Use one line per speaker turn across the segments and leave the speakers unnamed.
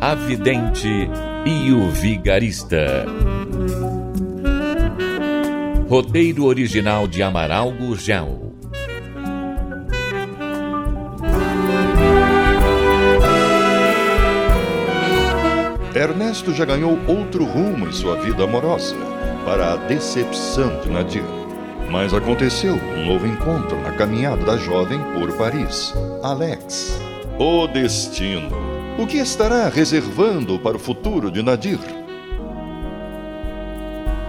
A Vidente e o Vigarista. Roteiro original de Amaral Gurgel.
Ernesto já ganhou outro rumo em sua vida amorosa, para a decepção de Nadir. Mas aconteceu um novo encontro na caminhada da jovem por Paris, Alex. O destino! O que estará reservando para o futuro de Nadir?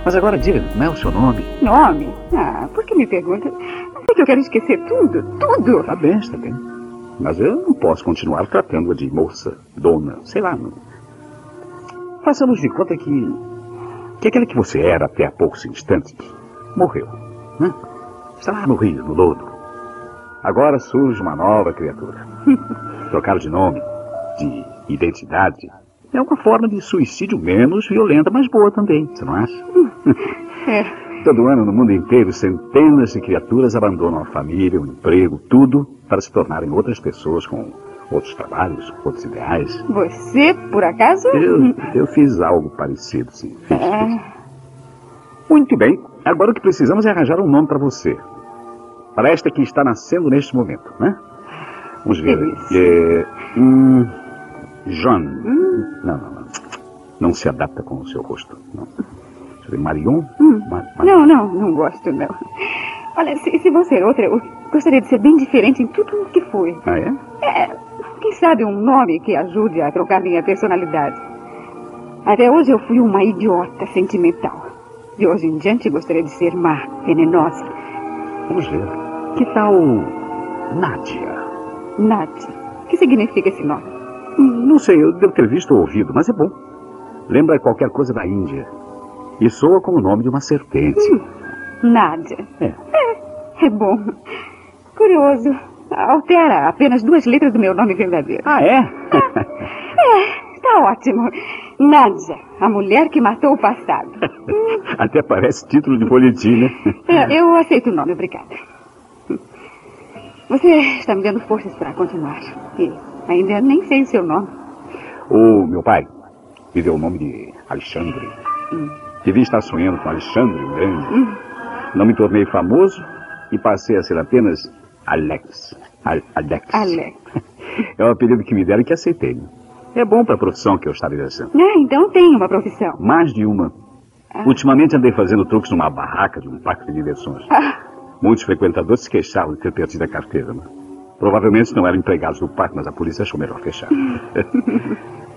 Mas agora diga, como é o seu nome?
Nome? Ah, por que me pergunta? Não sei que eu quero esquecer tudo, tudo.
Tá bem, está bem. Mas eu não posso continuar tratando-a de moça, dona, sei lá. Não. Façamos de conta que. que aquela que você era até há poucos instantes morreu. Né? Está lá no rio, no lodo. Agora surge uma nova criatura. Trocaram de nome, de identidade é uma forma de suicídio menos violenta, mas boa também, você não acha?
É.
Todo ano, no mundo inteiro, centenas de criaturas abandonam a família, o emprego, tudo, para se tornarem outras pessoas com outros trabalhos, outros ideais.
Você, por acaso?
Eu, eu fiz algo parecido, sim. Fiz,
É.
fiz. Muito bem, agora o que precisamos é arranjar um nome para você. Para esta que está nascendo neste momento, né? Vamos ver.
Isso.
É, hum, John.
Hum.
Não, não, não. Não se adapta com o seu rosto. Não. Deixa eu ver, Marion? Ma- Ma-
Hum. Não, não, não gosto, não. Olha, se, se vou ser outra, eu gostaria de ser bem diferente em tudo o que foi.
Ah, é?
É, quem sabe um nome que ajude a trocar minha personalidade. Até hoje eu fui uma idiota sentimental. De hoje em diante gostaria de ser má, venenosa,
Vamos ver. Que tal Nádia?
Nath. O que significa esse nome?
Hum, Não sei, eu devo ter visto ou ouvido, mas é bom. Lembra qualquer coisa da Índia. E soa como o nome de uma serpente.
Nádia.
É.
É, é bom. Curioso. Altera apenas duas letras do meu nome verdadeiro.
Ah, é?
É, tá ótimo. Nádia, a mulher que matou o passado.
Até parece título de boletim, né?
É, eu aceito o nome, obrigada. Você está me dando forças para continuar. E ainda nem sei o seu nome.
O meu pai me deu o nome de Alexandre. Devia estar sonhando com Alexandre o Grande. Não me tornei famoso e passei a ser apenas Alex. Al- Alex.
Alex.
É o apelido que me deram e que aceitei. né? É bom para a profissão que eu estava exercendo.
Ah, então tem uma profissão.
Mais de uma. Ultimamente andei fazendo truques numa barraca de um parque de diversões. Muitos frequentadores se queixavam de ter perdido a carteira. né? Provavelmente não eram empregados do parque, mas a polícia achou melhor fechar.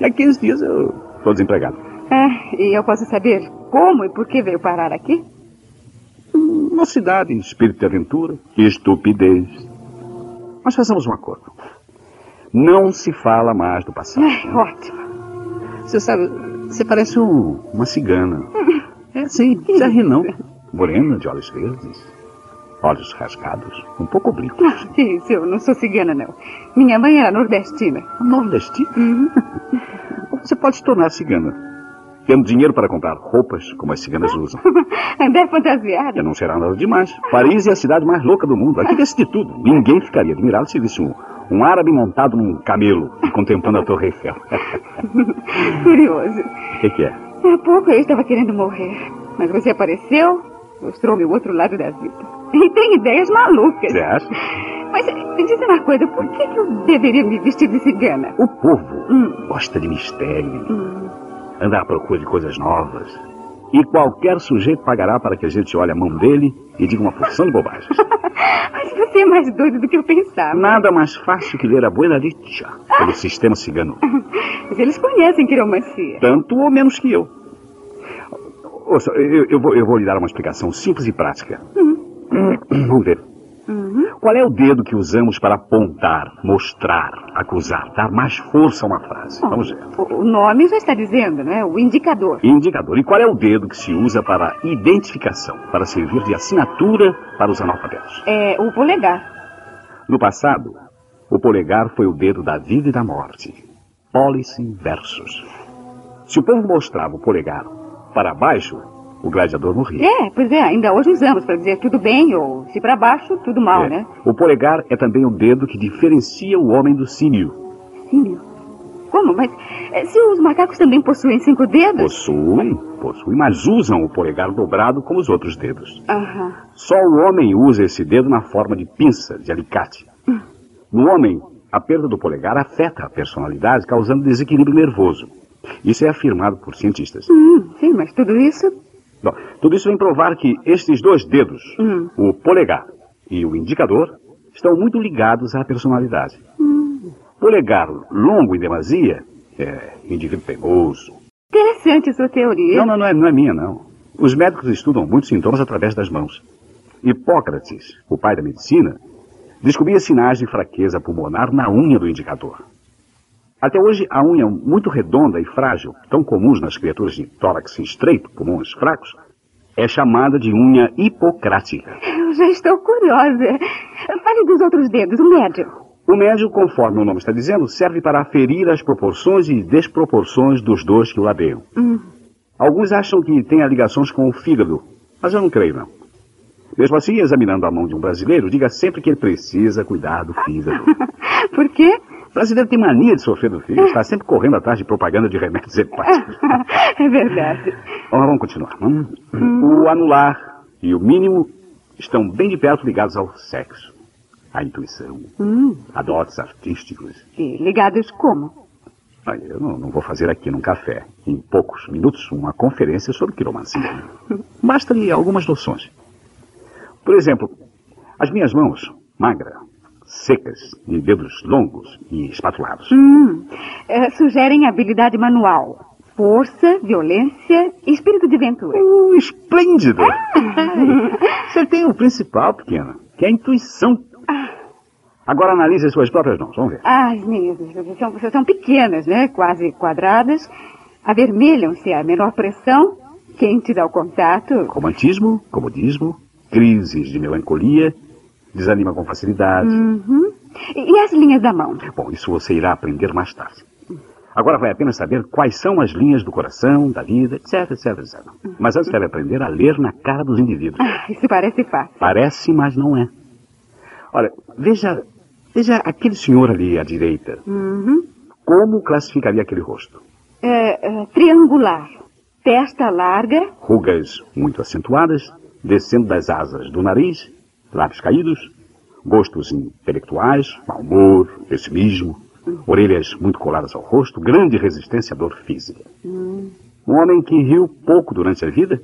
Daqui a 15 dias eu estou desempregado.
Ah, e eu posso saber como e por que veio parar aqui?
Uma cidade, espírito de aventura e estupidez. Mas façamos um acordo. Não se fala mais do passado.
Ah, ótimo.
Você sabe, você parece um- uma cigana. É, sim, serve não. Morena, de olhos verdes, olhos rasgados, um pouco oblíquos.
Ah, Isso, eu não sou cigana, não. Minha mãe era nordestina.
Nordestina? Você pode se tornar cigana. Tendo dinheiro para comprar roupas como as ciganas usam.
Andar fantasiada?
E não será nada demais. Paris é a cidade mais louca do mundo. Aqui vê-se de tudo. Ninguém ficaria admirado se visse um, um árabe montado num camelo e contemplando a Torre Eiffel.
Curioso.
O que, que é?
Há pouco eu estava querendo morrer, mas você apareceu, mostrou-me o outro lado da vida. E tem ideias malucas.
Você acha?
Mas eh, diz uma coisa, por que que eu deveria me vestir de cigana?
O povo
Hum.
gosta de mistério, andar à procura de coisas novas. E qualquer sujeito pagará para que a gente olhe a mão dele e diga uma porção de bobagens.
Mas você é mais doido do que eu pensava.
Nada mais fácil que ler a Buena Licha pelo sistema cigano.
Mas eles conhecem quiromancia.
Tanto ou menos que eu. Ouça, eu, eu vou, eu vou lhe dar uma explicação simples e prática. Vamos ver.
Uhum.
Qual é o dedo que usamos para apontar, mostrar, acusar, dar mais força a uma frase?
Bom,
Vamos ver.
O, o nome já está dizendo, não é? O indicador.
Indicador. E qual é o dedo que se usa para identificação, para servir de assinatura para os analfabetos?
É o polegar.
No passado, o polegar foi o dedo da vida e da morte. Polis versus. Se o povo mostrava o polegar para baixo, o gladiador morria.
É, pois é, ainda hoje usamos para dizer tudo bem ou se para baixo, tudo mal,
É.
né?
O polegar é também o dedo que diferencia o homem do símio.
Símio. Como? Mas é, se os macacos também possuem cinco dedos?
Possui, possui, mas usam o polegar dobrado como os outros dedos.
Aham.
Só o homem usa esse dedo na forma de pinça, de alicate. No homem, a perda do polegar afeta a personalidade, causando desequilíbrio nervoso. Isso é afirmado por cientistas.
Hum, sim, mas tudo isso.
Bom, tudo isso vem provar que estes dois dedos,
Hum.
o polegar e o indicador, estão muito ligados à personalidade. Polegar longo em demasia é indivíduo penoso.
Interessante sua teoria.
Não, não, não é, não é minha, não. Os médicos estudam muitos sintomas através das mãos. Hipócrates, o pai da medicina, descobria sinais de fraqueza pulmonar na unha do indicador. Até hoje, a unha é muito redonda e frágil, tão comuns nas criaturas de tórax estreito, pulmões fracos, é chamada de unha hipocrática.
Eu já estou curiosa. Fale dos outros dedos, o médio.
O médio, conforme o nome está dizendo, serve para aferir as proporções e desproporções dos dois que o labeiam. Alguns acham que tem ligações com o fígado, mas eu não creio, não. Mesmo assim, examinando a mão de um brasileiro, diga sempre que ele precisa cuidar do fígado.
Por quê?
O brasileiro tem mania de sofrer do fígado, está sempre correndo atrás de propaganda de remédios hepáticos.
É verdade.
Ó, vamos continuar. Hum. O anular e o mínimo estão bem de perto ligados ao sexo, à intuição,
Hum,
a dotes artísticos.
e ligados como?
Olha, eu não, não vou fazer aqui num café, em poucos minutos, uma conferência sobre quiromancia. Basta-lhe algumas noções. Por exemplo, as minhas mãos, magras, secas, de dedos longos e espatulados.
Hum, eh, sugerem habilidade manual, força, violência e espírito de ventura.
Uh, esplêndido! Você tem o principal, pequena, que é a intuição. Agora analise as suas próprias mãos, vamos ver.
Ai, meninas, vocês são, vocês são pequenas, né? Quase quadradas. Avermelham-se à menor pressão, quente ao contato.
Romantismo, comodismo, crises de melancolia, desanima com facilidade.
Uhum. E, e as linhas da mão?
Bom, isso você irá aprender mais tarde. Agora vai apenas saber quais são as linhas do coração, da vida, etc, etc, etc. Mas antes deve aprender a ler na cara dos indivíduos.
Ah, isso parece fácil.
Parece, mas não é. Olha, veja, veja aquele senhor ali à direita.
Uhum.
Como classificaria aquele rosto?
É, é, triangular. Testa larga,
Rugas muito acentuadas, descendo das asas do nariz, lábios caídos, gostos intelectuais, mau humor, pessimismo, orelhas muito coladas ao rosto, grande resistência à dor física. Um homem que riu pouco durante a vida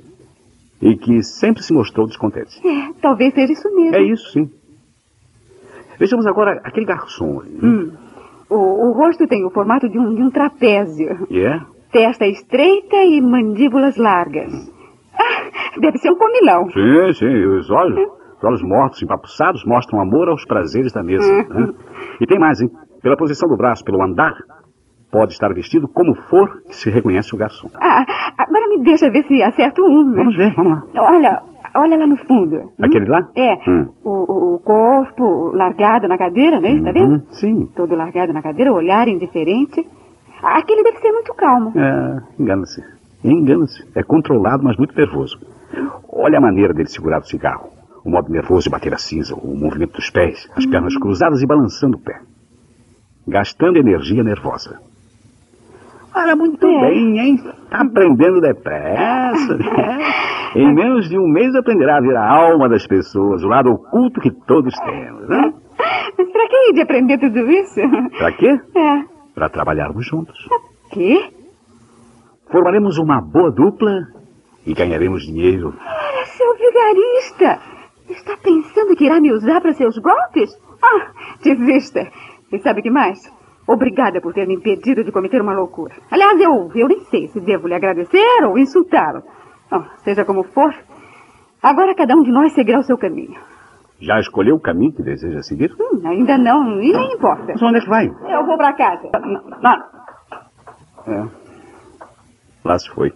e que sempre se mostrou descontente.
É, talvez seja isso mesmo.
É isso, sim. Vejamos agora aquele garçom ali.
O, o rosto tem o formato de um, de um trapézio.
E é?
Testa estreita e mandíbulas largas. Ah, deve ser um comilão.
Sim, sim. E os olhos, os olhos mortos, empapuçados, mostram amor aos prazeres da mesa. né? E tem mais, hein? Pela posição do braço, pelo andar, pode estar vestido como for que se reconhece o garçom.
Ah, agora me deixa ver se acerto um. né?
Vamos ver, vamos lá.
Olha, olha lá no fundo.
Aquele lá?
É,
Hum.
o, o corpo largado na cadeira, né? Tá vendo?
Uhum, Sim.
Todo largado na cadeira, olhar indiferente. Ah, Aquele deve ser muito calmo.
É, engana-se. Engana-se. É controlado, mas muito nervoso. Olha a maneira dele segurar o cigarro. O modo nervoso de bater a cinza, o movimento dos pés, as
Hum.
pernas cruzadas e balançando o pé. Gastando energia nervosa. Olha, muito
É.
bem, hein? Tá aprendendo depressa. né? em menos de um mês aprenderá a ver a alma das pessoas, o lado oculto que todos temos. Né?
Mas pra que ir de aprender tudo isso?
Pra quê?
É.
Pra trabalharmos juntos.
Quê?
Formaremos uma boa dupla e ganharemos dinheiro
Olha, seu vigarista! Está pensando que irá me usar para seus golpes? Ah, desista. E sabe o que mais? Obrigada por ter me impedido de cometer uma loucura. Aliás, eu, eu nem sei se devo lhe agradecer ou insultá-lo. Bom, seja como for, agora cada um de nós seguirá o seu caminho.
Já escolheu o caminho que deseja seguir?
Hum, ainda não, e nem importa.
Mas onde é que vai?
Eu vou pra casa.
Não, não. É. Lá se foi.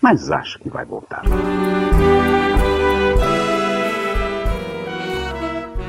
Mas acho que vai voltar.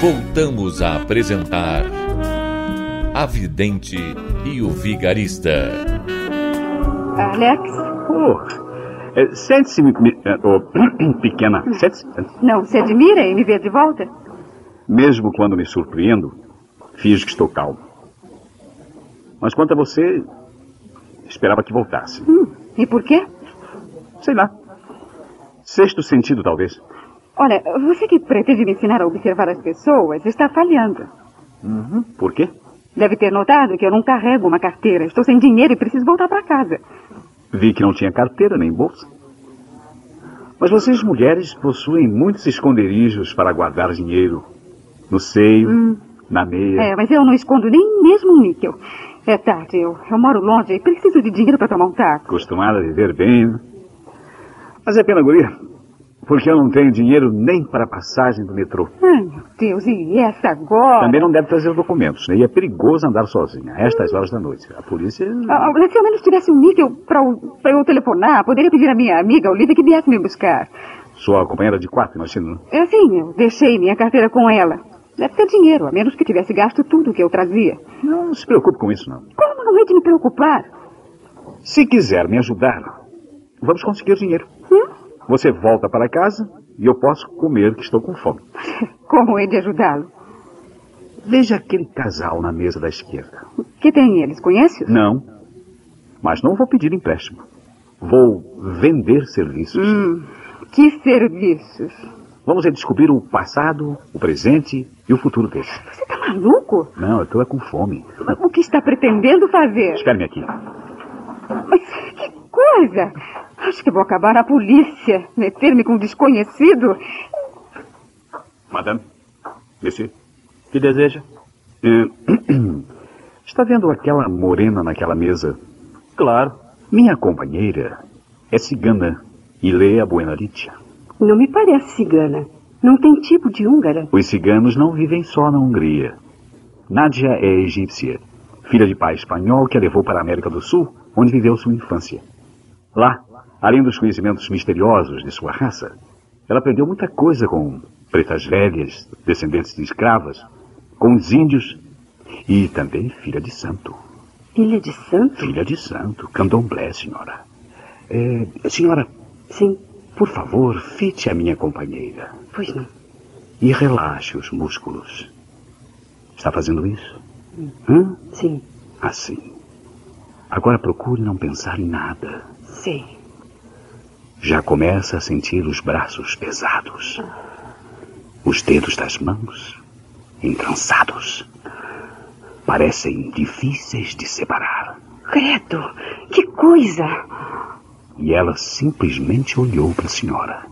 Voltamos a apresentar A Vidente e o Vigarista.
Alex?
Oh, é, sente-se, me- me- é, oh, pequena. Sente-se.
Não se admira em me ver de volta?
Mesmo quando me surpreendo, finjo que estou calmo. Mas quanto a você, esperava que voltasse.
Hum, e por quê?
Sei lá. Sexto sentido, talvez.
Olha, você que pretende me ensinar a observar as pessoas está falhando.
Por quê?
Deve ter notado que eu não carrego uma carteira. Estou sem dinheiro e preciso voltar pra casa.
Vi que não tinha carteira nem bolsa. Mas vocês, mulheres, possuem muitos esconderijos para guardar dinheiro. No seio, na meia.
É, mas eu não escondo nem mesmo um níquel. É tarde, eu, eu moro longe e preciso de dinheiro pra tomar um taco.
Acostumada a viver bem. né? Mas é pena, guria. Porque eu não tenho dinheiro nem para a passagem do metrô.
Ai, meu Deus, e essa agora?
Também não deve trazer documentos, né? E é perigoso andar sozinha, a estas horas da noite. A polícia...
Ah, ah, Se ao menos tivesse um níquel pra, o- pra eu telefonar, poderia pedir à minha amiga Olivia que viesse me buscar.
Sua companheira de quarto, imagina. né?
É assim, eu deixei minha carteira com ela. Deve ter dinheiro, a menos que tivesse gasto tudo que eu trazia.
Não se preocupe com isso, não.
Como não hei de me preocupar?
Se quiser me ajudar, vamos conseguir o dinheiro.
Hum?
Você volta para casa e eu posso comer, que estou com fome.
Como hei de ajudá-lo?
Veja aquele casal na mesa da esquerda.
Que tem eles, conhece-os?
Não, mas não vou pedir empréstimo. Vou vender serviços.
Hum, que serviços.
Vamos é descobrir o passado, o presente e o futuro deles.
Você tá maluco?
Não, eu estou com fome.
Mas O que está pretendendo fazer?
Espere-me aqui.
Mas que coisa! Acho que vou acabar na polícia. Meter-me com um desconhecido.
Madame, monsieur. Que deseja? Está vendo aquela morena naquela mesa?
Claro.
Minha companheira é cigana e lê a Buenaritia.
Não me parece cigana. Não tem tipo de húngara.
Os ciganos não vivem só na Hungria. Nádia é egípcia, filha de pai espanhol que a levou para a América do Sul, onde viveu sua infância. Lá, além dos conhecimentos misteriosos de sua raça, ela aprendeu muita coisa com pretas velhas, descendentes de escravas, com os índios e também filha de santo.
Filha de santo?
Filha de santo, candomblé, senhora. É, senhora,
Sim.
por favor, fite a minha companheira
Pois não.
e relaxe os músculos. Está fazendo isso? Hã?
Sim.
Assim. Agora procure não pensar em nada.
Sei.
Já começa a sentir os braços pesados, os dedos das mãos entrançados. Parecem difíceis de separar.
Credo! Que coisa!
E ela simplesmente olhou para a senhora.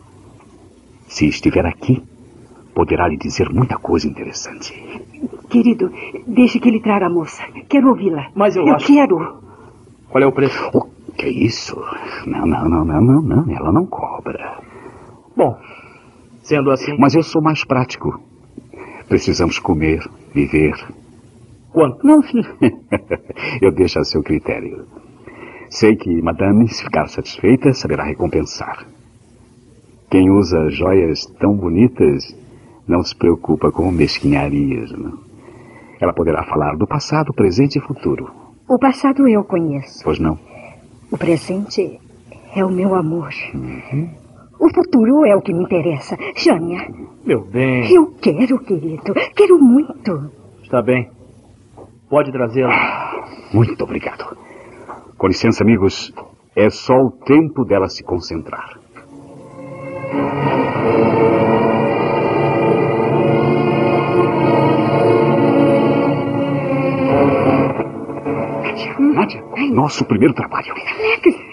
Se estiver aqui, poderá lhe dizer muita coisa interessante.
Querido, deixe que ele traga a moça. Quero ouvi-la.
Mas eu
eu
acho-
quero.
Qual é o preço?
O que é isso? Não, não, não, não, não, não. Ela não cobra.
Bom, sendo assim,
Mas eu sou mais prático. Precisamos comer, viver.
quanto?
Não, eu deixo a seu critério. Sei que, madame, se ficar satisfeita, saberá recompensar. Quem usa joias tão bonitas não se preocupa com mesquinharias. Né? Ela poderá falar do passado, presente e futuro.
O passado eu conheço.
Pois não?
O presente é o meu amor.
Uhum.
O futuro é o que me interessa. Jânia,
Meu bem,
eu quero, querido. Quero muito.
está bem. Pode trazê-la.
Muito obrigado. Com licença, amigos. É só o tempo dela se concentrar. Nádia, Nádia, nosso primeiro trabalho.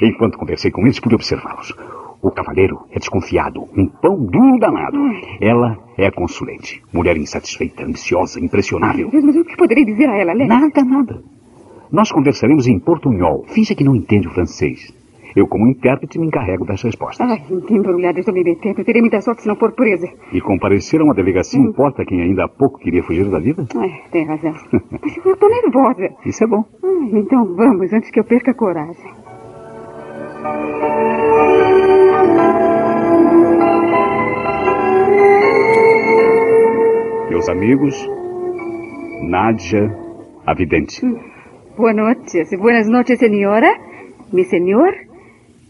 Enquanto conversei com eles, pude observá-los. O cavalheiro é desconfiado, um pão duro danado. Ela é a consulente, mulher insatisfeita, ansiosa, impressionável.
Deus, mas o que poderei dizer a ela, né? Alex?
Nada, nada. Nós conversaremos em portunhol. Finja que não entende o francês. Eu, como intérprete, me encarrego das respostas.
Ai, não tem embrulhado, estou me metendo. Terei muita sorte se não for presa.
E comparecer a uma delegacia importa quem ainda há pouco queria fugir da vida?
Ai, tem razão. Mas eu estou nervosa.
Isso é bom.
Ai, então vamos, antes que eu perca a coragem.
Meus amigos, Nádia, a vidente.
Boa noite. Buenas noches, senhora. Mi senhor.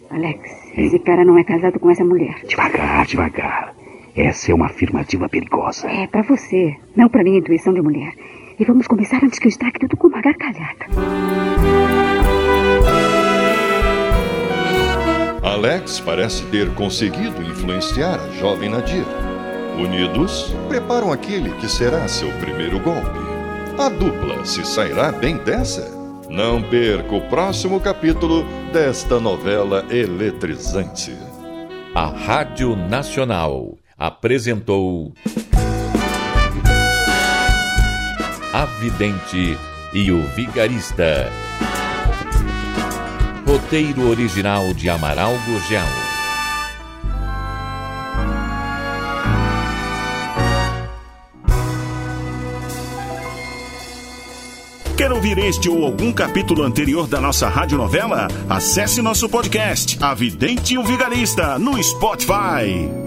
Alex, esse cara não é casado com essa mulher.
Devagar, devagar. Essa é uma afirmativa perigosa.
É pra você, não pra minha intuição de mulher. E vamos começar antes que o estrague tudo com uma gargalhada.
Alex parece ter conseguido influenciar a jovem Nadir. Unidos, preparam aquele que será seu primeiro golpe. A dupla se sairá bem dessa? Não perca o próximo capítulo desta novela eletrizante.
A Rádio Nacional apresentou A Vidente e o Vigarista. Roteiro original de Amaral Gurgel.
Quer ouvir este ou algum capítulo anterior da nossa radionovela? Acesse nosso podcast, A Vidente e o Vigarista, no Spotify.